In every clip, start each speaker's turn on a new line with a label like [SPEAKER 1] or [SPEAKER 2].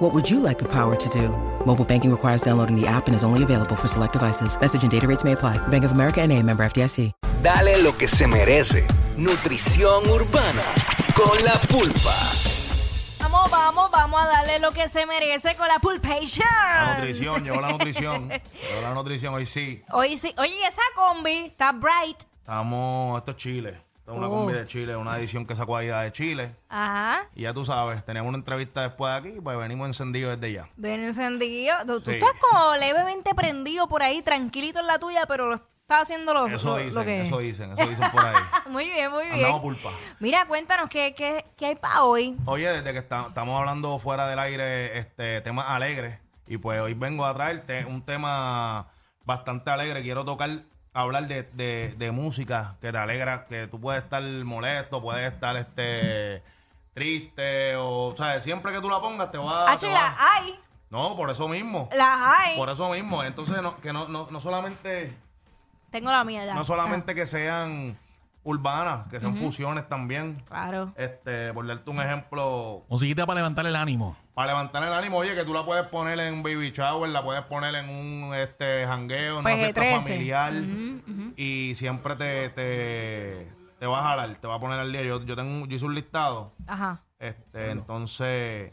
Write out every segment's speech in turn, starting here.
[SPEAKER 1] What would you like the power to do? Mobile banking requires downloading the app and is only available for select devices. Message and data rates may apply. Bank of America and a member FDIC.
[SPEAKER 2] Dale lo que se merece. Nutrición urbana con la pulpa.
[SPEAKER 3] Vamos, vamos, vamos a darle lo que se merece con la pulpation.
[SPEAKER 4] La nutrición, llegó la nutrición. llegó la nutrición, hoy sí.
[SPEAKER 3] Oye, sí, oye, esa combi está bright.
[SPEAKER 4] Estamos, esto es Chile. Esto es una
[SPEAKER 3] Oh.
[SPEAKER 4] combi de Chile, una edición que sacó allá de Chile.
[SPEAKER 3] Ajá.
[SPEAKER 4] Y ya tú sabes, tenemos una entrevista después de aquí, pues venimos encendidos desde ya.
[SPEAKER 3] Ven encendido. Tú, tú
[SPEAKER 4] Sí.
[SPEAKER 3] estás como levemente prendido por ahí, tranquilito en la tuya, pero lo estás haciendo lo,
[SPEAKER 4] Eso
[SPEAKER 3] lo-
[SPEAKER 4] dicen,
[SPEAKER 3] lo que
[SPEAKER 4] eso dicen, eso dicen por ahí.
[SPEAKER 3] Muy bien, muy bien.
[SPEAKER 4] Andamos pulpa.
[SPEAKER 3] Mira, cuéntanos qué, qué, qué hay para hoy.
[SPEAKER 4] Oye, desde que está- estamos hablando fuera del aire, este, temas alegres. Y pues hoy vengo a traerte un tema bastante alegre. Quiero tocar, hablar de, de- de música que te alegra, que tú puedes estar molesto, puedes estar este triste, o, sea, siempre que tú la pongas te va,
[SPEAKER 3] Ah, y
[SPEAKER 4] te va-
[SPEAKER 3] las hay.
[SPEAKER 4] No, por eso mismo.
[SPEAKER 3] Las hay.
[SPEAKER 4] Por eso mismo. Entonces, no, que no, no, no solamente,
[SPEAKER 3] Tengo la mía ya.
[SPEAKER 4] no solamente que sean urbanas, que sean fusiones también.
[SPEAKER 3] Ah, claro.
[SPEAKER 4] Este, por darte un ejemplo,
[SPEAKER 5] Musiquita para levantar el ánimo.
[SPEAKER 4] Para levantar el ánimo, oye, que tú la puedes poner en un baby shower, la puedes poner en un este jangueo, en una fiesta
[SPEAKER 3] PG-13.
[SPEAKER 4] familiar. Y siempre te, te, te va a jalar, te va a poner al día. Yo, yo tengo, yo hice un listado.
[SPEAKER 3] Ajá.
[SPEAKER 4] Este, entonces,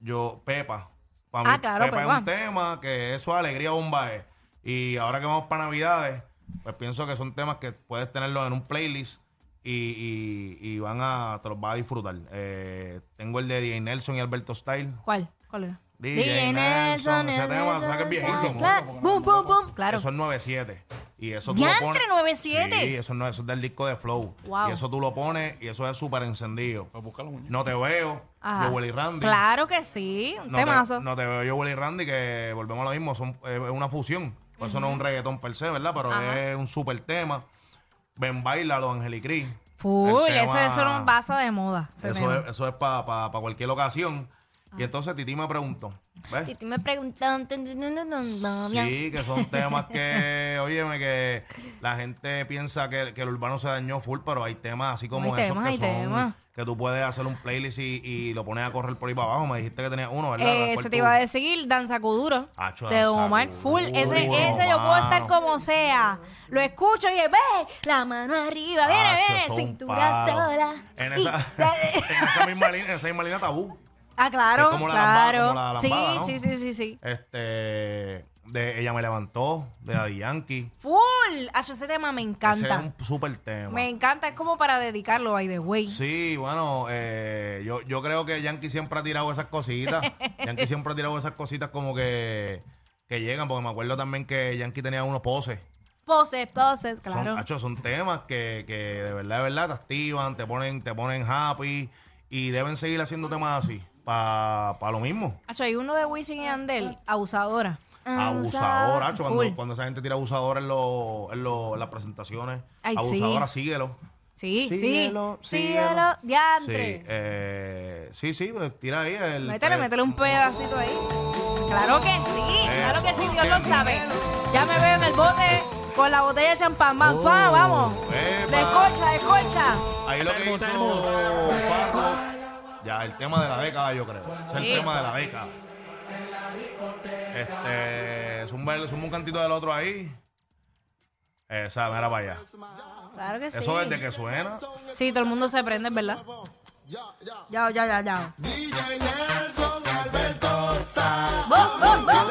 [SPEAKER 4] yo, Pepa. pa'
[SPEAKER 3] Ah, claro,
[SPEAKER 4] Pepa
[SPEAKER 3] Pepa.
[SPEAKER 4] es un tema que eso es alegría bomba es. Y ahora que vamos para Navidades, pues pienso que son temas que puedes tenerlos en un playlist y, y- y van a, te los vas a disfrutar. Eh, tengo el de DJ Nelson y Alberto Style.
[SPEAKER 3] ¿Cuál? ¿Cuál era?
[SPEAKER 4] DJ Nelson, ese tema, o sea, que es viejísimo.
[SPEAKER 3] Claro. Pum, pum, pum. Claro.
[SPEAKER 4] Eso es 97. Y eso
[SPEAKER 3] ¡Diantre, 97!
[SPEAKER 4] Sí, eso, no, eso es del disco de Flow.
[SPEAKER 3] Wow.
[SPEAKER 4] Y eso tú lo pones y eso es súper encendido. No te veo.
[SPEAKER 3] Ajá.
[SPEAKER 4] Yo, Willy Randy.
[SPEAKER 3] Claro que sí, un
[SPEAKER 4] No
[SPEAKER 3] temazo.
[SPEAKER 4] te, no te veo yo, Willy Randy, que volvemos a lo mismo, son, eh, es una fusión. Por Eso no es un reggaetón per se, ¿verdad? Pero
[SPEAKER 3] Ajá.
[SPEAKER 4] es un súper tema. Ven, baila los Angelicris.
[SPEAKER 3] Full,
[SPEAKER 4] El
[SPEAKER 3] ese,
[SPEAKER 4] tema-
[SPEAKER 3] eso no pasa de moda. ese
[SPEAKER 4] Eso
[SPEAKER 3] tema. Ah.
[SPEAKER 4] es, eso es para cualquier ocasión. Y entonces Titi me preguntó, ¿ves?
[SPEAKER 6] Titi me preguntan, tun, tun, tun, tun, tun, tun,
[SPEAKER 4] Sí, que son temas que, óyeme, que la gente piensa que, que el urbano se dañó full, pero hay temas así como
[SPEAKER 3] Hay
[SPEAKER 4] esos
[SPEAKER 3] temas,
[SPEAKER 4] que
[SPEAKER 3] hay
[SPEAKER 4] son,
[SPEAKER 3] temas.
[SPEAKER 4] que tú puedes hacer un playlist y, y lo pones a correr por ahí para abajo. Me dijiste que tenías uno, ¿verdad?
[SPEAKER 3] Eh,
[SPEAKER 4] ¿Cuál
[SPEAKER 3] se te
[SPEAKER 4] tú?
[SPEAKER 3] iba a decir Danza Cuduro
[SPEAKER 4] Acho,
[SPEAKER 3] de
[SPEAKER 4] Danza
[SPEAKER 3] Don Omar
[SPEAKER 4] Kuduro,
[SPEAKER 3] Full. Ese, ese yo
[SPEAKER 4] mano.
[SPEAKER 3] puedo estar como sea. Lo escucho y es, ve la mano arriba, viene,
[SPEAKER 4] Acho,
[SPEAKER 3] viene,
[SPEAKER 4] son
[SPEAKER 3] cintura
[SPEAKER 4] palos.
[SPEAKER 3] hasta ahora.
[SPEAKER 4] En
[SPEAKER 3] Y-
[SPEAKER 4] esa, en esa misma línea, en esa misma línea tabú.
[SPEAKER 3] ah, claro,
[SPEAKER 4] es como la
[SPEAKER 3] claro.
[SPEAKER 4] lambada, como la
[SPEAKER 3] sí,
[SPEAKER 4] lambada, ¿no?
[SPEAKER 3] sí, sí, sí, sí.
[SPEAKER 4] Este, de Ella me levantó, de Daddy Yankee.
[SPEAKER 3] Full, Acho, ese tema me
[SPEAKER 4] Ese es
[SPEAKER 3] encanta.
[SPEAKER 4] un super tema.
[SPEAKER 3] Me encanta, es como para dedicarlo by the way.
[SPEAKER 4] Sí, bueno, eh, yo, yo creo que Yankee siempre ha tirado esas cositas. Yankee siempre ha tirado esas cositas como que, que llegan, porque me acuerdo también que Yankee tenía unos poses.
[SPEAKER 3] Poses, poses,
[SPEAKER 4] Son,
[SPEAKER 3] claro.
[SPEAKER 4] acho, son temas que, que de verdad, de verdad te activan, te ponen, te ponen happy y deben seguir haciendo temas así para lo mismo.
[SPEAKER 3] Acho, hay uno de Wisin y Andel, abusadora.
[SPEAKER 4] Abusador, acho,
[SPEAKER 3] Ah, Full.
[SPEAKER 4] cuando, cuando esa gente tira abusador en, los- en los- en las presentaciones.
[SPEAKER 3] Ay, sí.
[SPEAKER 4] abusadora, síguelo.
[SPEAKER 3] Sí, sí.
[SPEAKER 4] Síguelo,
[SPEAKER 3] Síguelo,
[SPEAKER 4] síguelo. Sí,
[SPEAKER 3] diantre.
[SPEAKER 4] eh, sí, sí, pues, tira ahí el...
[SPEAKER 3] Métele,
[SPEAKER 4] el-
[SPEAKER 3] métele un pedacito ahí. Claro que sí, claro que sí, Dios
[SPEAKER 5] Eh,
[SPEAKER 3] lo sabe. Ya me veo en el bote con la botella de champán. Vamos,
[SPEAKER 5] Oh,
[SPEAKER 3] pa, vamos.
[SPEAKER 4] epa.
[SPEAKER 3] Descocha, descocha.
[SPEAKER 4] Ahí lo que hizo Paco, ya el tema de la década, yo creo. Es el
[SPEAKER 3] Sí.
[SPEAKER 4] tema de la década. Este, zumba, el- zumba un cantito del otro ahí. Esa, mira para allá.
[SPEAKER 3] Claro que sí.
[SPEAKER 4] Eso desde que suena.
[SPEAKER 3] Sí, todo el mundo se prende, ¿verdad? Ya, ya, ya, ya. Vos, vos, vos.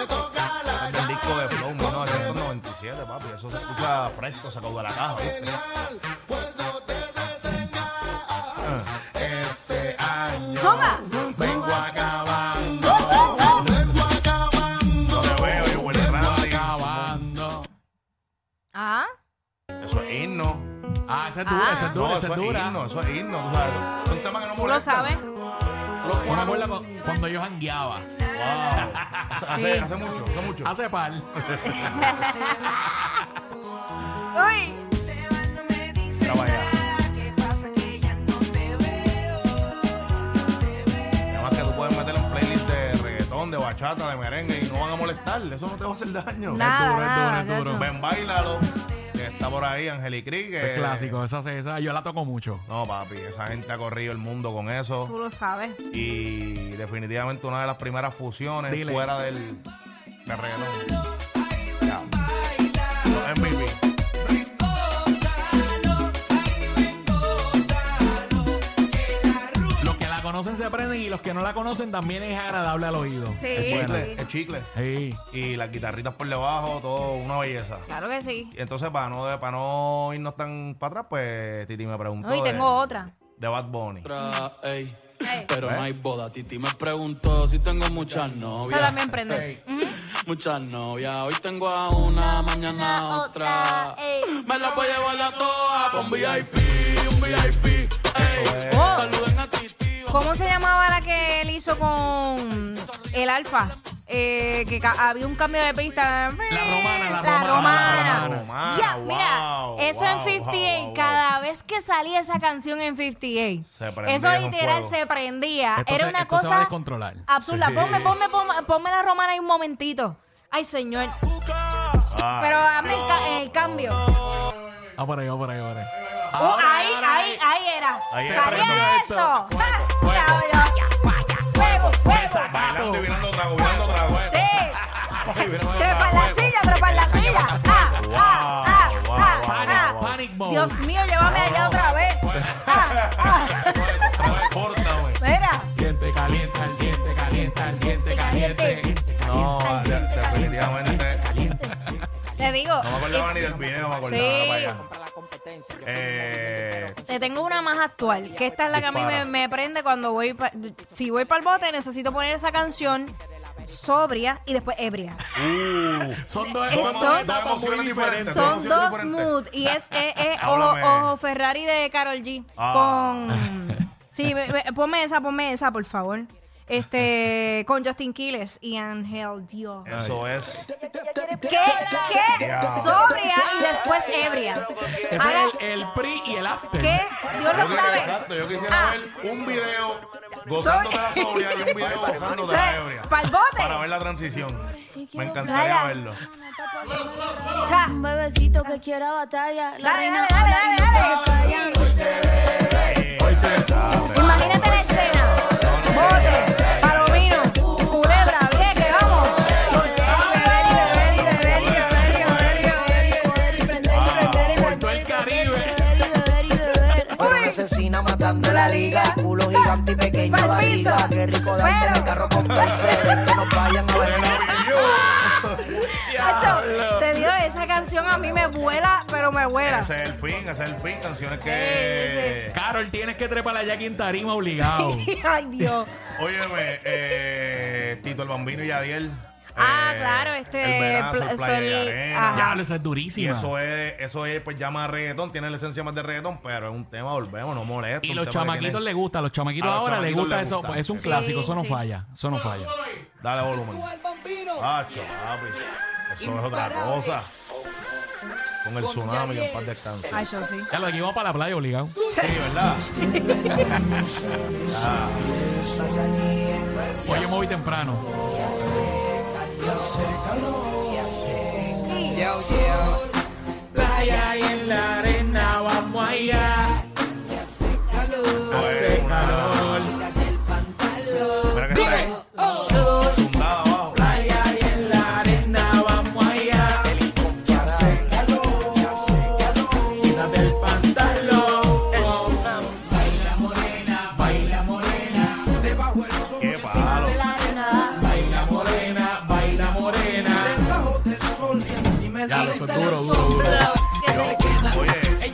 [SPEAKER 4] Es del disco de Flow 1997, papi. Eso se escucha fresco, sacado de la caja. ¿viste?
[SPEAKER 3] Zumba.
[SPEAKER 4] Vengo acabando. Vengo acabando. No te veo, yo huele Randy.
[SPEAKER 3] Ajá.
[SPEAKER 4] Eso es himno.
[SPEAKER 5] Ah, esa es dura, esa es dura,
[SPEAKER 4] No,
[SPEAKER 5] esa
[SPEAKER 4] eso
[SPEAKER 5] es dura.
[SPEAKER 4] himno, eso es himno. Tú sabes, son temas que no
[SPEAKER 3] Tú lo
[SPEAKER 4] molestan.
[SPEAKER 3] sabes.
[SPEAKER 5] Yo me acuerdo cu- cuando yo jangueaba.
[SPEAKER 4] Hace, hace mucho, hace mucho.
[SPEAKER 5] Hace par.
[SPEAKER 3] Uy.
[SPEAKER 4] bachata, de merengue y no van a molestar. Eso no te va a hacer daño.
[SPEAKER 3] Nada,
[SPEAKER 5] duro, es
[SPEAKER 3] nada,
[SPEAKER 5] duro, es
[SPEAKER 3] chacho.
[SPEAKER 5] duro.
[SPEAKER 4] Ven, bailalo. Que está por ahí, Angelicri.
[SPEAKER 5] Ese
[SPEAKER 4] que
[SPEAKER 5] es clásico, esa, se- esa yo la toco mucho.
[SPEAKER 4] No, papi, esa gente ha corrido el mundo con eso.
[SPEAKER 3] Tú lo sabes.
[SPEAKER 4] Y definitivamente una de las primeras fusiones
[SPEAKER 5] Dile.
[SPEAKER 4] fuera del, del reggaetón. Ya. Los MVP.
[SPEAKER 5] Los que la conocen se prenden y los que no la conocen también es agradable al oído.
[SPEAKER 3] Sí,
[SPEAKER 4] El chicle,
[SPEAKER 3] sí.
[SPEAKER 4] el chicle.
[SPEAKER 5] Sí.
[SPEAKER 4] Y las guitarritas por debajo, todo una belleza.
[SPEAKER 3] Claro que sí.
[SPEAKER 4] Y entonces, para no, para no irnos tan para atrás, pues Titi me preguntó.
[SPEAKER 3] No, y tengo
[SPEAKER 4] de,
[SPEAKER 3] otra.
[SPEAKER 4] de Bad Bunny.
[SPEAKER 7] Tra- ey.
[SPEAKER 3] Ey.
[SPEAKER 7] Pero no hay boda. Titi me preguntó si tengo muchas novias.
[SPEAKER 3] Esa también prende.
[SPEAKER 7] Muchas novias. Hoy tengo a una, mañana a otra.
[SPEAKER 6] otra, ey.
[SPEAKER 7] Me la voy a llevar la toa con VIP, un VIP. Ey.
[SPEAKER 3] Oh.
[SPEAKER 7] Saluden a Titi.
[SPEAKER 3] ¿Cómo se llamaba la que él hizo con el Alfa? Eh, que ca- había un cambio de pista.
[SPEAKER 5] La romana, la romana,
[SPEAKER 3] La romana.
[SPEAKER 5] la
[SPEAKER 4] Ah, romana.
[SPEAKER 3] Ya,
[SPEAKER 4] Wow,
[SPEAKER 3] mira, eso en
[SPEAKER 4] wow,
[SPEAKER 3] 58,
[SPEAKER 4] wow, wow.
[SPEAKER 3] cada vez que salía esa canción en 58,
[SPEAKER 4] Se prendía
[SPEAKER 3] eso
[SPEAKER 4] con
[SPEAKER 3] literal
[SPEAKER 4] fuego.
[SPEAKER 3] se prendía.
[SPEAKER 5] Esto
[SPEAKER 3] Era
[SPEAKER 5] se-
[SPEAKER 3] una
[SPEAKER 5] esto se va a
[SPEAKER 3] cosa
[SPEAKER 5] descontrolar.
[SPEAKER 3] absurda.
[SPEAKER 4] Sí.
[SPEAKER 3] Ponme, ponme, ponme, ponme la romana ahí un momentito. Ay, señor.
[SPEAKER 4] Ah,
[SPEAKER 3] Pero hazme el, ca- el cambio.
[SPEAKER 5] Va Ah, por ahí, va por ahí, va por ahí.
[SPEAKER 3] Uh, ahí, ahí, ahí era.
[SPEAKER 4] Ahí era.
[SPEAKER 3] Salía
[SPEAKER 5] Prende
[SPEAKER 3] eso. Ah, ya, ya, ya. Fuego, fuego.
[SPEAKER 4] Bailando y mirando trago, mirando trago. eh.
[SPEAKER 3] Sí.
[SPEAKER 4] Ay, mira, mira,
[SPEAKER 3] Trepa la
[SPEAKER 4] fuego.
[SPEAKER 3] silla, trepa la silla. Ah, ah, ah,
[SPEAKER 4] Wow, wow,
[SPEAKER 3] ah,
[SPEAKER 4] wow,
[SPEAKER 3] ah.
[SPEAKER 4] wow.
[SPEAKER 5] Panic mode.
[SPEAKER 3] Dios mío, llévame allá otra vez. Ah, ah.
[SPEAKER 4] Córtame.
[SPEAKER 3] Mira,
[SPEAKER 5] Diente calienta, el diente calienta, el diente caliente.
[SPEAKER 4] No, de- definitivamente.
[SPEAKER 3] te digo. eh,
[SPEAKER 4] No me acordaba ni del video, me acordaba.
[SPEAKER 3] Sí.
[SPEAKER 4] vaya. Eh,
[SPEAKER 3] Te tengo una más actual, que esta es la que a mí me,
[SPEAKER 4] Dispara.
[SPEAKER 3] me prende cuando voy, pa- si voy para el bote necesito poner esa canción sobria y después ebria.
[SPEAKER 5] Son dos,
[SPEAKER 3] Eh,
[SPEAKER 5] son dos
[SPEAKER 3] son-
[SPEAKER 5] etapas muy
[SPEAKER 4] emociones
[SPEAKER 5] diferentes.
[SPEAKER 4] diferentes.
[SPEAKER 3] Son
[SPEAKER 4] emociones
[SPEAKER 3] dos
[SPEAKER 4] diferentes.
[SPEAKER 3] moods y es eh, eh,
[SPEAKER 4] Háblame.
[SPEAKER 3] ojo, Ojo Ferrari de Carol G
[SPEAKER 4] Ah.
[SPEAKER 3] con sí me- me- ponme esa ponme esa por favor este con Justin Quiles y Angel Dio
[SPEAKER 4] eso es.
[SPEAKER 3] qué qué
[SPEAKER 4] Ya.
[SPEAKER 3] sobria y después ebria
[SPEAKER 5] Ese
[SPEAKER 3] Ahora,
[SPEAKER 5] es el, el pre y el after.
[SPEAKER 3] qué Dios lo
[SPEAKER 4] Yo quisiera-
[SPEAKER 3] sabe
[SPEAKER 4] Exacto, yo quisiera
[SPEAKER 3] Ah.
[SPEAKER 4] ver un video gozando de la
[SPEAKER 3] Sobre-
[SPEAKER 4] sobria y un video gozando de la
[SPEAKER 3] Sí,
[SPEAKER 4] ebria.
[SPEAKER 3] pa'l bote.
[SPEAKER 4] Para ver la transición. Me encantaría
[SPEAKER 3] Vaya.
[SPEAKER 4] verlo.
[SPEAKER 3] Cha.
[SPEAKER 6] Un bebecito que quiera batalla. La
[SPEAKER 3] Dale,
[SPEAKER 6] reina
[SPEAKER 3] dale,
[SPEAKER 6] habla y
[SPEAKER 3] dale,
[SPEAKER 6] nunca se calla.
[SPEAKER 4] Hoy se
[SPEAKER 3] Imagínate la escena. Bote, palomino, culebra, bien que vamos. Beber y beber y beber y beber y beber y beber
[SPEAKER 6] Poder y prender y prender y
[SPEAKER 5] Por todo el Caribe.
[SPEAKER 6] beber y beber.
[SPEAKER 3] Uy.
[SPEAKER 8] Por una asesina matando la liga. Culo gigante y pequeña
[SPEAKER 3] Pa'l
[SPEAKER 8] barriga.
[SPEAKER 3] piso.
[SPEAKER 8] Qué rico darte en
[SPEAKER 3] Pero.
[SPEAKER 8] el carro con Mercedes. Que nos vayan a ver.
[SPEAKER 3] y- Hacho, Te digo, esa canción a mí me vuela, pero me vuela.
[SPEAKER 4] Ese es el fin, ese es el fin. Canciones
[SPEAKER 3] Sí,
[SPEAKER 4] que.
[SPEAKER 5] Carol, tienes que trepar allá aquí en tarima obligado.
[SPEAKER 3] Ay, Dios.
[SPEAKER 4] Óyeme, eh, Tito el Bambino y Adiel.
[SPEAKER 3] Ah,
[SPEAKER 4] eh,
[SPEAKER 3] claro, este,
[SPEAKER 4] El verano,
[SPEAKER 3] pla-
[SPEAKER 4] el playa de
[SPEAKER 3] sol-
[SPEAKER 4] arena.
[SPEAKER 3] ajá.
[SPEAKER 5] Ya, esa es
[SPEAKER 4] Y
[SPEAKER 5] durísima.
[SPEAKER 4] eso es, eso es, pues llama a reggaetón, tiene la esencia más de reggaetón, pero es un tema, volvemos, no molesta.
[SPEAKER 5] Y
[SPEAKER 4] un
[SPEAKER 5] los
[SPEAKER 4] tema que
[SPEAKER 5] chamaquitos
[SPEAKER 4] tiene-
[SPEAKER 5] les gusta, a los chamaquitos
[SPEAKER 4] A los
[SPEAKER 5] ahora
[SPEAKER 4] chamaquitos
[SPEAKER 5] les gusta
[SPEAKER 4] les
[SPEAKER 5] eso. pues,
[SPEAKER 4] gusta.
[SPEAKER 5] Es un
[SPEAKER 4] Sí,
[SPEAKER 5] clásico, eso no
[SPEAKER 3] sí.
[SPEAKER 5] falla, eso no falla.
[SPEAKER 4] Dale volumen. Acho, papi. Eso es otra cosa. Con el tsunami en paz descanse.
[SPEAKER 3] Ay, yo sí.
[SPEAKER 5] Ya lo de aquí vamos para la playa obligado.
[SPEAKER 4] Sí, ¿verdad?
[SPEAKER 5] Hoy yo me voy temprano. Playa y en la arena, vamos allá.
[SPEAKER 4] Hace calor. Mira que está ahí. Oh. Fundada abajo.
[SPEAKER 5] Playa y en la arena, vamos allá. Quítate el pantalón.
[SPEAKER 4] Qué palo.
[SPEAKER 5] Morena, baila morena. Ya, eso es duro, duro, duro.
[SPEAKER 4] Oye,
[SPEAKER 3] Eh,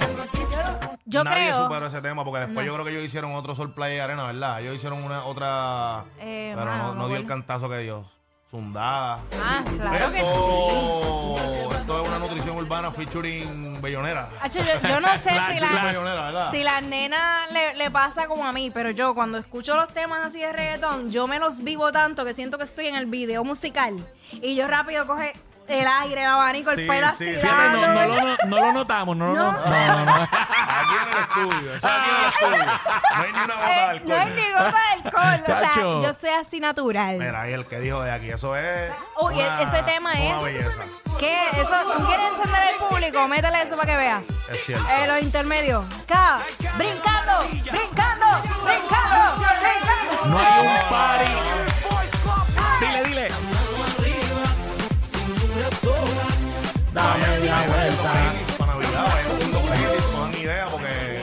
[SPEAKER 3] Yo
[SPEAKER 4] nadie
[SPEAKER 3] creo.
[SPEAKER 4] superó ese tema porque después yo creo que ellos hicieron otro Sol Playa y Arena, ¿verdad? Ellos hicieron una otra.
[SPEAKER 3] Eh,
[SPEAKER 4] pero
[SPEAKER 3] mano,
[SPEAKER 4] no,
[SPEAKER 3] no
[SPEAKER 4] no dio el
[SPEAKER 3] acuerdo.
[SPEAKER 4] cantazo que dio. Zundada.
[SPEAKER 3] Ah, claro que
[SPEAKER 4] Oh.
[SPEAKER 3] sí.
[SPEAKER 4] esto, esto es una nutrición urbana featuring Bellonera.
[SPEAKER 3] Hacho, yo, yo no sé si
[SPEAKER 4] slash.
[SPEAKER 3] la, si la nena le, le pasa como a mí, pero yo cuando escucho los temas así de reggaetón, yo me los vivo tanto que siento que estoy en el video musical. Y yo rápido coge el aire, el abanico, el
[SPEAKER 4] Sí,
[SPEAKER 3] pelo
[SPEAKER 4] sí,
[SPEAKER 3] así.
[SPEAKER 4] sí.
[SPEAKER 5] Fíjate,
[SPEAKER 3] dando-
[SPEAKER 5] no, no lo, no- no lo notamos, no lo
[SPEAKER 3] No.
[SPEAKER 5] notamos. No, no, no.
[SPEAKER 4] Aquí en el estudio. eso es aquí en el estudio. No hay ni una gota de
[SPEAKER 3] Eh,
[SPEAKER 4] alcohol.
[SPEAKER 3] no hay ni gota de alcohol. o sea,
[SPEAKER 9] Chacho.
[SPEAKER 3] yo soy así natural.
[SPEAKER 4] Mira, ahí el que dijo de aquí, eso es.
[SPEAKER 3] Uy, e-,
[SPEAKER 4] una-
[SPEAKER 3] ese tema
[SPEAKER 4] una
[SPEAKER 3] es.
[SPEAKER 4] belleza.
[SPEAKER 3] ¿Qué? Eso, ¿Tú quieres encender el público? Métele eso para que vea.
[SPEAKER 4] Es cierto.
[SPEAKER 3] Eh, los intermedios. K. Brincando, brincando, brincando, brincando. Eh,
[SPEAKER 9] No hay un party. Dile, dile. Dame la vuelta.
[SPEAKER 4] Para Navidad, vayan haciendo playlist, cojan idea porque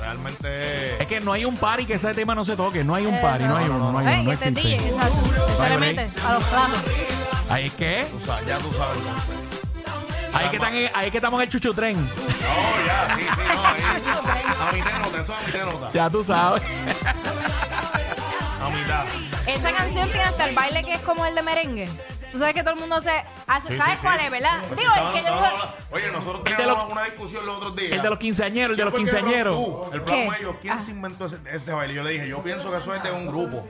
[SPEAKER 4] realmente.
[SPEAKER 9] Es que no hay un party que ese tema no se toque. No hay un party, no hay uno, no hay uno.
[SPEAKER 3] Eh,
[SPEAKER 9] No
[SPEAKER 3] que se
[SPEAKER 9] existe.
[SPEAKER 3] DJ, exacto. Se le
[SPEAKER 9] break.
[SPEAKER 3] mete a los platos.
[SPEAKER 9] Ahí es que,
[SPEAKER 4] tú sabes, ya tú sabes. No,
[SPEAKER 9] ahí es que, están en- ahí es que estamos en el chuchutren.
[SPEAKER 4] ya, sí, sí, no. ahí- A mitad de nota, eso es a mitad de nota.
[SPEAKER 9] Ya tú sabes.
[SPEAKER 4] A mitad.
[SPEAKER 3] Esa canción tiene hasta el baile que es como el de merengue. Tú sabes que todo el mundo se hace,
[SPEAKER 4] Sí,
[SPEAKER 3] ¿sabes
[SPEAKER 4] sí, sí.
[SPEAKER 3] cuál es, verdad?
[SPEAKER 4] Pues
[SPEAKER 3] Digo, el
[SPEAKER 4] estaban-
[SPEAKER 3] que yo
[SPEAKER 4] estaban hablando- Oye, nosotros
[SPEAKER 9] de
[SPEAKER 4] teníamos
[SPEAKER 9] los-
[SPEAKER 4] una discusión los otros días.
[SPEAKER 9] El de los quinceañeros, el de los
[SPEAKER 4] Porque el
[SPEAKER 9] quinceañeros.
[SPEAKER 4] plan- tú, El
[SPEAKER 3] ¿Qué? Ah.
[SPEAKER 4] plan fue yo, ¿quién se inventó ese- este baile? Yo le dije, yo pienso que eso es de un grupo.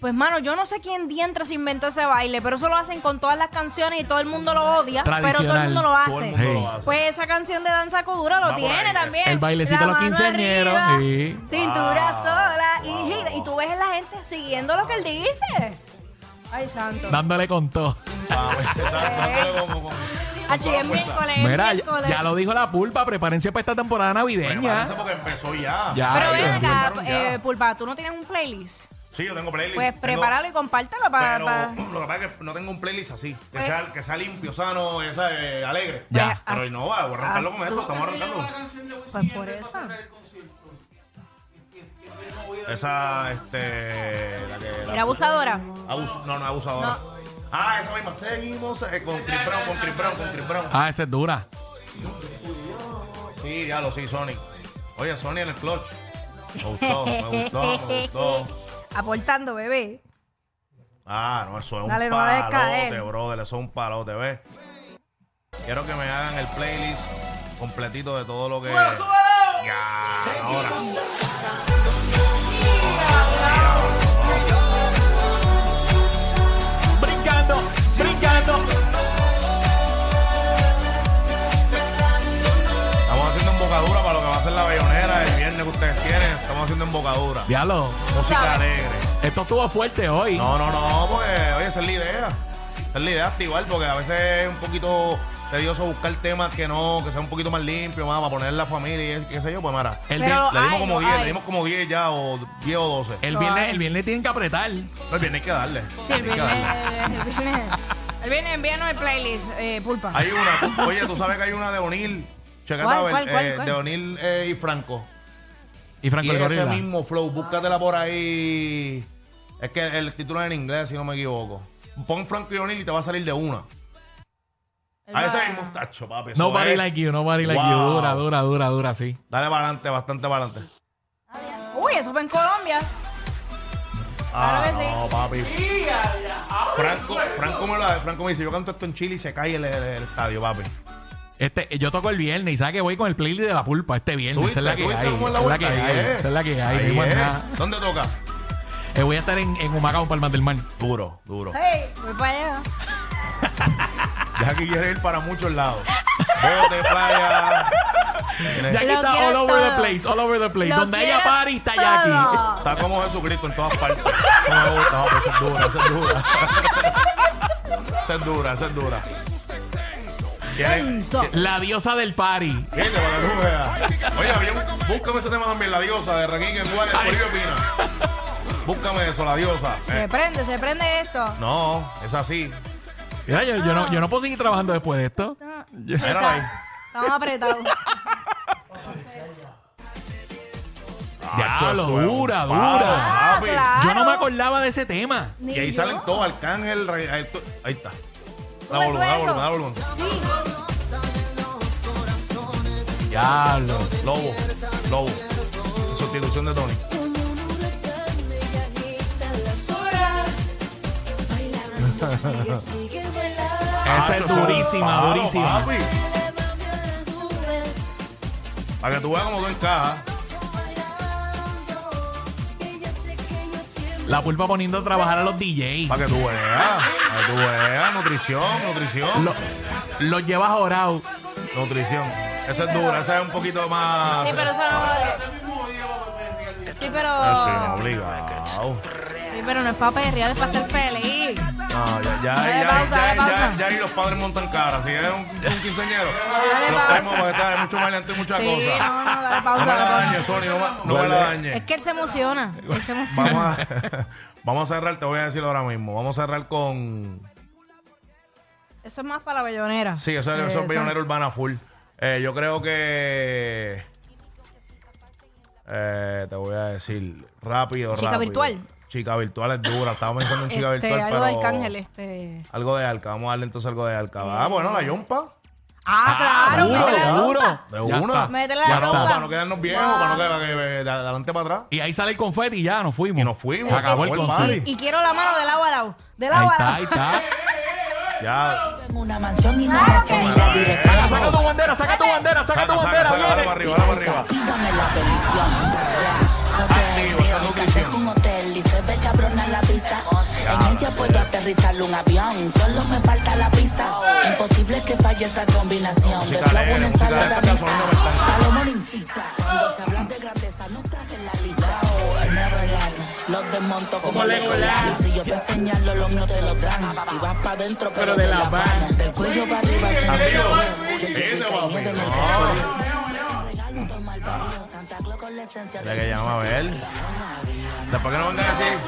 [SPEAKER 3] Pues mano, yo no sé quién dientes inventó ese baile, pero eso lo hacen con todas las canciones y todo el mundo lo odia, pero todo el
[SPEAKER 9] Tradicional.
[SPEAKER 3] mundo lo hace.
[SPEAKER 4] Todo el mundo
[SPEAKER 9] Sí.
[SPEAKER 4] lo hace.
[SPEAKER 3] Pues esa canción de danza codura lo
[SPEAKER 4] Va por
[SPEAKER 3] tiene
[SPEAKER 4] ahí. eh.
[SPEAKER 3] también.
[SPEAKER 9] El bailecito
[SPEAKER 3] La
[SPEAKER 9] a los
[SPEAKER 3] mano
[SPEAKER 9] quinceañeros,
[SPEAKER 3] arriba,
[SPEAKER 9] sí.
[SPEAKER 3] Cintura sola y gira. Y tú ves a la gente siguiendo lo que él dice. Ay, santo.
[SPEAKER 9] Dándole con todo.
[SPEAKER 4] Ah, pues, exacto, como- como-
[SPEAKER 3] Achí, Eh. Ah,
[SPEAKER 4] Pues,
[SPEAKER 3] es miércoles, es
[SPEAKER 9] Mira, ya,
[SPEAKER 3] miércoles.
[SPEAKER 9] ya lo dijo la pulpa. Prepárense para esta temporada
[SPEAKER 4] Prepárense
[SPEAKER 9] navideña.
[SPEAKER 4] pues, porque empezó ya.
[SPEAKER 9] Ya.
[SPEAKER 3] Pero
[SPEAKER 9] Ay,
[SPEAKER 3] ven
[SPEAKER 9] Dios.
[SPEAKER 3] acá,
[SPEAKER 4] Empezaron ya.
[SPEAKER 3] eh, Pulpa, ¿tú no tienes un playlist?
[SPEAKER 4] Sí, yo tengo playlist.
[SPEAKER 3] Pues
[SPEAKER 4] Tengo-
[SPEAKER 3] prepáralo y compártelo para...
[SPEAKER 4] Pero lo que pasa es que no tengo un playlist así. Que,
[SPEAKER 3] Pues-
[SPEAKER 4] sea, que sea limpio, sano, eh, ¿sabes? alegre. Pues, ah,
[SPEAKER 9] Ya.
[SPEAKER 4] Pero hoy no va, voy a
[SPEAKER 3] Ah,
[SPEAKER 4] arrancarlo con esto,
[SPEAKER 3] tú-
[SPEAKER 4] estamos arrancando.
[SPEAKER 3] Pues por eso.
[SPEAKER 4] Esa, este. La que. la-
[SPEAKER 3] Mira, abusadora.
[SPEAKER 4] abus- no, no, abusadora. Ah, esa misma. Seguimos eh, con Chris Brown, con Chris Brown, con Chris Brown.
[SPEAKER 9] Ah, esa es dura.
[SPEAKER 4] Sí, ya lo sí, Sony. Oye, Sony en el clutch. Me gustó, me gustó, me gustó.
[SPEAKER 3] Aportando, bebé.
[SPEAKER 4] Ah, no, eso es un
[SPEAKER 3] Dale, no la dejes
[SPEAKER 4] palote,
[SPEAKER 3] caer.
[SPEAKER 4] brother. Eso es un palote, ¿ves? Quiero que me hagan el playlist completito de todo lo que. Ya, ahora.
[SPEAKER 9] Brincando, brincando.
[SPEAKER 4] Estamos haciendo embocadura para lo que va a ser la bayonera el viernes que ustedes quieren. Estamos haciendo embocadura.
[SPEAKER 9] Diablo,
[SPEAKER 4] Música alegre.
[SPEAKER 9] esto estuvo fuerte hoy.
[SPEAKER 4] No, no, no, porque, oye, esa es la idea. Esa es la idea activar, porque a veces es un poquito tedioso buscar temas que no, que sea un poquito más limpio, más para poner la familia y es- qué sé yo, pues mara.
[SPEAKER 9] El,
[SPEAKER 3] Pero- ah,
[SPEAKER 9] vier-
[SPEAKER 4] Le dimos
[SPEAKER 3] Ay,
[SPEAKER 4] como
[SPEAKER 3] no,
[SPEAKER 4] 10,
[SPEAKER 3] ay. Eh.
[SPEAKER 4] le dimos como 10 ya, o 10 o 12.
[SPEAKER 9] el viernes, el viernes tienen que apretar.
[SPEAKER 4] No, el viernes hay que darle.
[SPEAKER 3] Sí,
[SPEAKER 4] hay
[SPEAKER 3] el
[SPEAKER 4] que
[SPEAKER 3] viernes.
[SPEAKER 4] darle.
[SPEAKER 3] El viernes, el viernes envíanos el playlist, eh, Pulpa.
[SPEAKER 4] Hay una, oye, tú sabes que hay una de O'Neill. Checate
[SPEAKER 3] ¿Cuál,
[SPEAKER 4] a ver,
[SPEAKER 3] cuál, cuál,
[SPEAKER 4] eh,
[SPEAKER 3] cuál?
[SPEAKER 4] de O'Neill eh, y Franco.
[SPEAKER 9] Y Franco
[SPEAKER 4] Y
[SPEAKER 9] el
[SPEAKER 4] ese
[SPEAKER 9] Gorila.
[SPEAKER 4] mismo flow, búscatela por ahí. Es que el título es en inglés, si no me equivoco. Pon Franco y O'Neill y te va a salir de una. A ese mismo tacho, papi. eso
[SPEAKER 9] No party
[SPEAKER 4] es.
[SPEAKER 9] like you, no party like you.
[SPEAKER 4] Wow.
[SPEAKER 9] Dura, dura, dura, dura, sí.
[SPEAKER 4] Dale para adelante, bastante para adelante.
[SPEAKER 3] Uy, eso fue en Colombia.
[SPEAKER 4] Ah,
[SPEAKER 3] Claro que sí.
[SPEAKER 4] no, papi. Franco, Franco, me lo- Franco me dice, yo canto esto en Chile y se cae el, el- el estadio, papi.
[SPEAKER 9] Este, yo toco el viernes y sabes que voy con el playlist de la pulpa este viernes. Esa es la que
[SPEAKER 4] ¿Tuviste?
[SPEAKER 9] hay.
[SPEAKER 4] ¿Tuviste cómo
[SPEAKER 9] Esa es la que
[SPEAKER 4] vuelta?
[SPEAKER 9] hay.
[SPEAKER 4] Ahí es.
[SPEAKER 9] Esa es la que hay.
[SPEAKER 4] Ahí
[SPEAKER 9] no hay más
[SPEAKER 4] es.
[SPEAKER 9] nada.
[SPEAKER 4] ¿Dónde toca?
[SPEAKER 9] Eh, voy a estar en, en Humacao, en Palmas del Mar.
[SPEAKER 4] Duro, duro.
[SPEAKER 3] Hey, voy para allá.
[SPEAKER 4] Ya que quiere ir para muchos lados. Bote, playa.
[SPEAKER 9] Jackie
[SPEAKER 3] Lo
[SPEAKER 9] está all
[SPEAKER 3] quiero
[SPEAKER 9] over the
[SPEAKER 3] todo.
[SPEAKER 9] place, all over the place.
[SPEAKER 3] Lo
[SPEAKER 9] Donde haya
[SPEAKER 3] quiero
[SPEAKER 9] party está
[SPEAKER 3] todo.
[SPEAKER 9] Jackie.
[SPEAKER 4] Está como Jesucristo en todas partes. No me gusta, no, pero esa es dura, esa es dura. Esa es dura, esa es dura. Tiene-
[SPEAKER 9] La diosa del party.
[SPEAKER 4] Viste, para que tú veas. Oye, había un- búscame ese tema también, la diosa de Raquín en Juárez, Toribio Pina. Búscame eso, la diosa.
[SPEAKER 3] Se
[SPEAKER 4] Eh,
[SPEAKER 3] prende, se prende esto.
[SPEAKER 4] no, es así.
[SPEAKER 9] Mira, yo, yo no, yo no puedo seguir trabajando después de esto.
[SPEAKER 4] Míralo ahí.
[SPEAKER 3] Estamos apretados.
[SPEAKER 9] Diablo,
[SPEAKER 4] eso es un
[SPEAKER 9] dura,
[SPEAKER 4] palo,
[SPEAKER 9] dura.
[SPEAKER 4] papi.
[SPEAKER 3] Ah,
[SPEAKER 9] Yo no me
[SPEAKER 3] claro.
[SPEAKER 9] acordaba de ese tema.
[SPEAKER 3] Ni
[SPEAKER 4] Y ahí
[SPEAKER 3] yo.
[SPEAKER 4] salen todos, Arcángel, Ra- ahí to- ahí está. Da
[SPEAKER 3] Sube,
[SPEAKER 4] volumen, da
[SPEAKER 3] sube
[SPEAKER 4] volumen, da
[SPEAKER 3] eso.
[SPEAKER 4] volumen.
[SPEAKER 3] Sí.
[SPEAKER 9] Diablo.
[SPEAKER 4] Lobo, lobo. En Sustitución de Tony. Hacho,
[SPEAKER 9] Esa es
[SPEAKER 4] eso
[SPEAKER 9] durísima,
[SPEAKER 4] palo,
[SPEAKER 9] durísima.
[SPEAKER 4] papi. Para que tú veas cómo tú encajas.
[SPEAKER 9] La pulpa poniendo a trabajar a los DJs.
[SPEAKER 4] Para que tú veas. Para que tú veas. Nutrición, nutrición.
[SPEAKER 9] Lo- los llevas orado.
[SPEAKER 4] Nutrición. Esa es dura, esa es un poquito más.
[SPEAKER 3] Sí, pero eso no. Sí, pero.
[SPEAKER 4] Así, Ah, no, obligado.
[SPEAKER 3] Sí, pero no es para perrear, es para estar feliz.
[SPEAKER 4] No, ya, ya,
[SPEAKER 3] Dale
[SPEAKER 4] ya,
[SPEAKER 3] pausa,
[SPEAKER 4] ya,
[SPEAKER 3] dale pausa.
[SPEAKER 4] ya, ya, y los padres montan cara. Si es un, un quinceañero, los
[SPEAKER 3] pausa.
[SPEAKER 4] primos porque está, hay mucho bailante y muchas
[SPEAKER 3] Sí,
[SPEAKER 4] cosas.
[SPEAKER 3] no, no, dale pausa,
[SPEAKER 4] No me la
[SPEAKER 3] dale pausa.
[SPEAKER 4] dañes, Sony, no, me- no me la dañes.
[SPEAKER 3] Es que él se emociona. Él se emociona.
[SPEAKER 4] Vamos a, vamos a cerrar, te voy a decir ahora mismo. Vamos a cerrar con.
[SPEAKER 3] Eso es más para la bellonera.
[SPEAKER 4] Sí, eso es
[SPEAKER 3] Eso.
[SPEAKER 4] son Billonera Urbana Full. Eh, yo creo que. eh, te voy a decir rápido,
[SPEAKER 3] Chica
[SPEAKER 4] rápido.
[SPEAKER 3] virtual.
[SPEAKER 4] Chica virtual es dura. Estaba pensando en chica
[SPEAKER 3] Este,
[SPEAKER 4] virtual,
[SPEAKER 3] algo
[SPEAKER 4] pero.
[SPEAKER 3] de Arcángel, este.
[SPEAKER 4] Algo de Alca. Vamos a darle entonces algo de Alca. Ah, bueno, la Yompa.
[SPEAKER 3] Ah, claro,
[SPEAKER 9] duro,
[SPEAKER 3] métele la
[SPEAKER 9] duro.
[SPEAKER 3] boca.
[SPEAKER 4] De
[SPEAKER 9] Ya
[SPEAKER 4] una.
[SPEAKER 9] está.
[SPEAKER 3] Métele
[SPEAKER 4] Ya
[SPEAKER 3] la
[SPEAKER 4] no,
[SPEAKER 3] ropa.
[SPEAKER 4] para no quedarnos viejos, para no quedar que- de de adelante para atrás.
[SPEAKER 9] Y ahí sale el confeti y ya nos fuimos.
[SPEAKER 4] Y nos fuimos.
[SPEAKER 9] Acabó el
[SPEAKER 4] Sí,
[SPEAKER 9] confeti.
[SPEAKER 3] Y quiero la mano de lado a lado. De
[SPEAKER 9] Ahí
[SPEAKER 3] lado a
[SPEAKER 9] está,
[SPEAKER 3] lado.
[SPEAKER 9] ahí está.
[SPEAKER 4] Ya.
[SPEAKER 8] En una mansión y no me hacen la dirección.
[SPEAKER 9] Saca, saca tu bandera, saca tu bandera, saca tu
[SPEAKER 4] Saca, saca,
[SPEAKER 9] bandera,
[SPEAKER 4] saca, ahora para
[SPEAKER 9] viene.
[SPEAKER 4] arriba, ahora para arriba.
[SPEAKER 8] Pídame la bendición. Hotel,
[SPEAKER 4] Activo,
[SPEAKER 8] veo
[SPEAKER 4] está
[SPEAKER 8] que
[SPEAKER 4] nutrición.
[SPEAKER 8] haces un hotel y se ve cabrona la pista. En ella puedo aterrizar un avión, solo me falta la pista. Imposible que falle esta combinación.
[SPEAKER 4] Música
[SPEAKER 8] de flow,
[SPEAKER 4] alegre,
[SPEAKER 8] una
[SPEAKER 4] música
[SPEAKER 8] ensalada
[SPEAKER 4] alegre,
[SPEAKER 8] mixta.
[SPEAKER 4] canción noventa.
[SPEAKER 8] Palomo no incita. Cuando se habla de grandeza, no estás en la lista. Oh, En Neverland, Los desmonto como Legoland. Si yo te señalo, lo mío te lo dan. Y vas pa' dentro, pero, de la van. Del cuello para arriba, sin
[SPEAKER 4] Ese,
[SPEAKER 8] Nieve en el
[SPEAKER 4] papi. Ah.
[SPEAKER 8] caserío. Regalo toma el barrio, Santa Claus con la esencia
[SPEAKER 4] La
[SPEAKER 8] de
[SPEAKER 4] que llama a ver. Después que no venga a decir.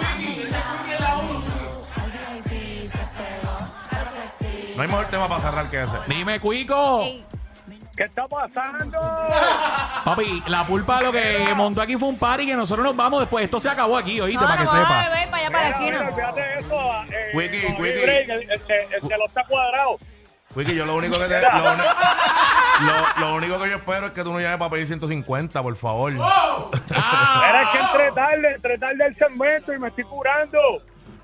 [SPEAKER 4] No hay mejor tema para cerrar que ese.
[SPEAKER 9] Dime, Cuico.
[SPEAKER 3] Ey,
[SPEAKER 10] ¿Qué está pasando?
[SPEAKER 9] Papi, la pulpa lo que montó aquí fue un party que nosotros nos vamos después. Esto se acabó aquí, oíste,
[SPEAKER 3] no,
[SPEAKER 9] para que
[SPEAKER 3] nos vamos a
[SPEAKER 9] sepa.
[SPEAKER 3] beber para allá para la
[SPEAKER 10] Mira, mira,
[SPEAKER 3] esquina.
[SPEAKER 10] fíjate eso. eh,
[SPEAKER 4] Wiki,
[SPEAKER 10] con
[SPEAKER 4] Wiki.
[SPEAKER 10] Ibra, El, el, el- el que lo está cuadrado.
[SPEAKER 4] Wiki, yo lo único que te. Lo, uni- lo- lo único que yo espero es que tú no llames para pedir 150, por favor. Ah.
[SPEAKER 10] Era que entre tarde, entre tarde el cemento y me estoy curando.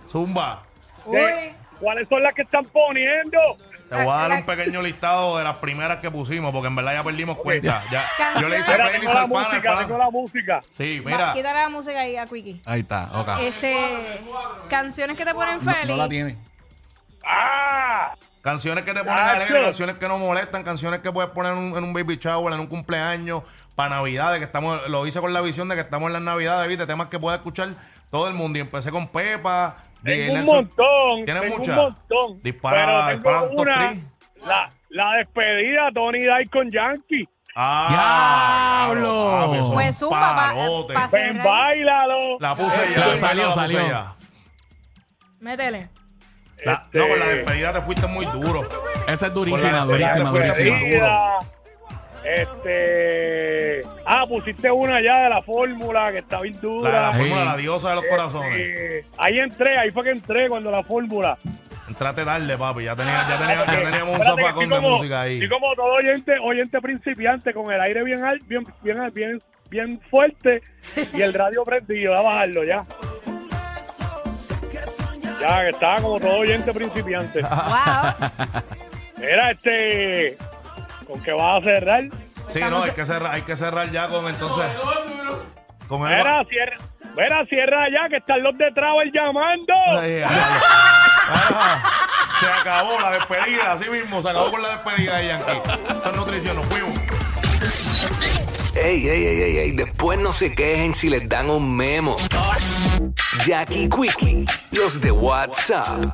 [SPEAKER 4] Zumba.
[SPEAKER 10] ¿Qué?
[SPEAKER 3] Uy.
[SPEAKER 10] ¿Cuáles son las que están poniendo?
[SPEAKER 4] Te voy a dar un pequeño listado de las primeras que pusimos, porque en verdad ya perdimos cuenta. Ya, yo le hice
[SPEAKER 10] Mira,
[SPEAKER 4] playlist
[SPEAKER 10] tengo la
[SPEAKER 4] al pana, al
[SPEAKER 10] música,
[SPEAKER 4] pana.
[SPEAKER 10] tengo la música.
[SPEAKER 4] Sí,
[SPEAKER 3] Va,
[SPEAKER 4] mira.
[SPEAKER 3] Quítale la música ahí a Quickie.
[SPEAKER 9] Ahí está, ok.
[SPEAKER 3] Este, canciones que te ponen feliz.
[SPEAKER 9] tiene.
[SPEAKER 10] ¡Ah!
[SPEAKER 4] Canciones que te ponen
[SPEAKER 10] Ah,
[SPEAKER 4] alegre,
[SPEAKER 10] sí.
[SPEAKER 4] canciones que no molestan, canciones que puedes poner en un, en un baby shower, en un cumpleaños, para navidades, que estamos, lo hice con la visión de que estamos en las navidades, viste, temas que puede escuchar todo el mundo. Y empecé con Pepa, de
[SPEAKER 10] Tengo un
[SPEAKER 4] Nelson.
[SPEAKER 10] montón.
[SPEAKER 4] Tienes
[SPEAKER 10] tengo
[SPEAKER 4] muchas.
[SPEAKER 10] un montón.
[SPEAKER 4] Dispara,
[SPEAKER 10] pero
[SPEAKER 4] dispara
[SPEAKER 10] tengo
[SPEAKER 4] un top
[SPEAKER 10] una,
[SPEAKER 4] three.
[SPEAKER 10] la, la despedida Tony Day con Yankee.
[SPEAKER 4] Ah,
[SPEAKER 9] ¡Diablo!
[SPEAKER 4] papi, eso es
[SPEAKER 3] Pues
[SPEAKER 4] un
[SPEAKER 3] zumba, pa-
[SPEAKER 4] parote.
[SPEAKER 3] pa' hacer-
[SPEAKER 10] Ven,
[SPEAKER 3] Cerré.
[SPEAKER 10] bailalo.
[SPEAKER 4] La puse
[SPEAKER 10] Eh,
[SPEAKER 4] ya,
[SPEAKER 9] la
[SPEAKER 4] la
[SPEAKER 9] salió,
[SPEAKER 4] puse
[SPEAKER 9] salió.
[SPEAKER 4] ya.
[SPEAKER 3] Métele.
[SPEAKER 4] La-
[SPEAKER 10] Este-
[SPEAKER 4] No, con la despedida te fuiste muy duro.
[SPEAKER 9] Esa es
[SPEAKER 4] Con
[SPEAKER 9] durísima,
[SPEAKER 4] la-
[SPEAKER 9] durísima,
[SPEAKER 4] la- la-
[SPEAKER 9] durísima.
[SPEAKER 4] la-
[SPEAKER 10] Despedida. Este. Ah, pusiste una ya de la fórmula que está bien
[SPEAKER 4] La, de la
[SPEAKER 10] dura.
[SPEAKER 9] Sí.
[SPEAKER 4] fórmula, la diosa de los corazones.
[SPEAKER 10] Eh, ahí entré, ahí fue que entré cuando la fórmula.
[SPEAKER 4] Entrate tarde, papi. Ya, tenía- ya, tenía- ya teníamos un
[SPEAKER 10] Ah, Espérate, que
[SPEAKER 4] zafacón
[SPEAKER 10] estoy
[SPEAKER 4] de
[SPEAKER 10] como-
[SPEAKER 4] música ahí.
[SPEAKER 10] estoy como todo oyente, oyente principiante con el aire bien al- bien, bien, al- bien, bien fuerte y el radio prendido, a bajarlo ya. Ya, que estaba como todo oyente principiante.
[SPEAKER 3] Wow.
[SPEAKER 10] Era este. ¿Con qué vas a cerrar?
[SPEAKER 4] Sí, no, hay que cerrar, hay que cerrar ya con entonces. Con el-
[SPEAKER 10] Era, cierra. Mira, cierra ya, que están los de Travel llamando.
[SPEAKER 4] Ay, ay, ay. Ah, se acabó la despedida, así mismo, se acabó con la despedida de Yankee. Esto es nutrición, nos fuimos.
[SPEAKER 2] Ey, ey, ey, ey, ey, después no se quejen si les dan un memo. Jackie Quickie, los de WhatsApp.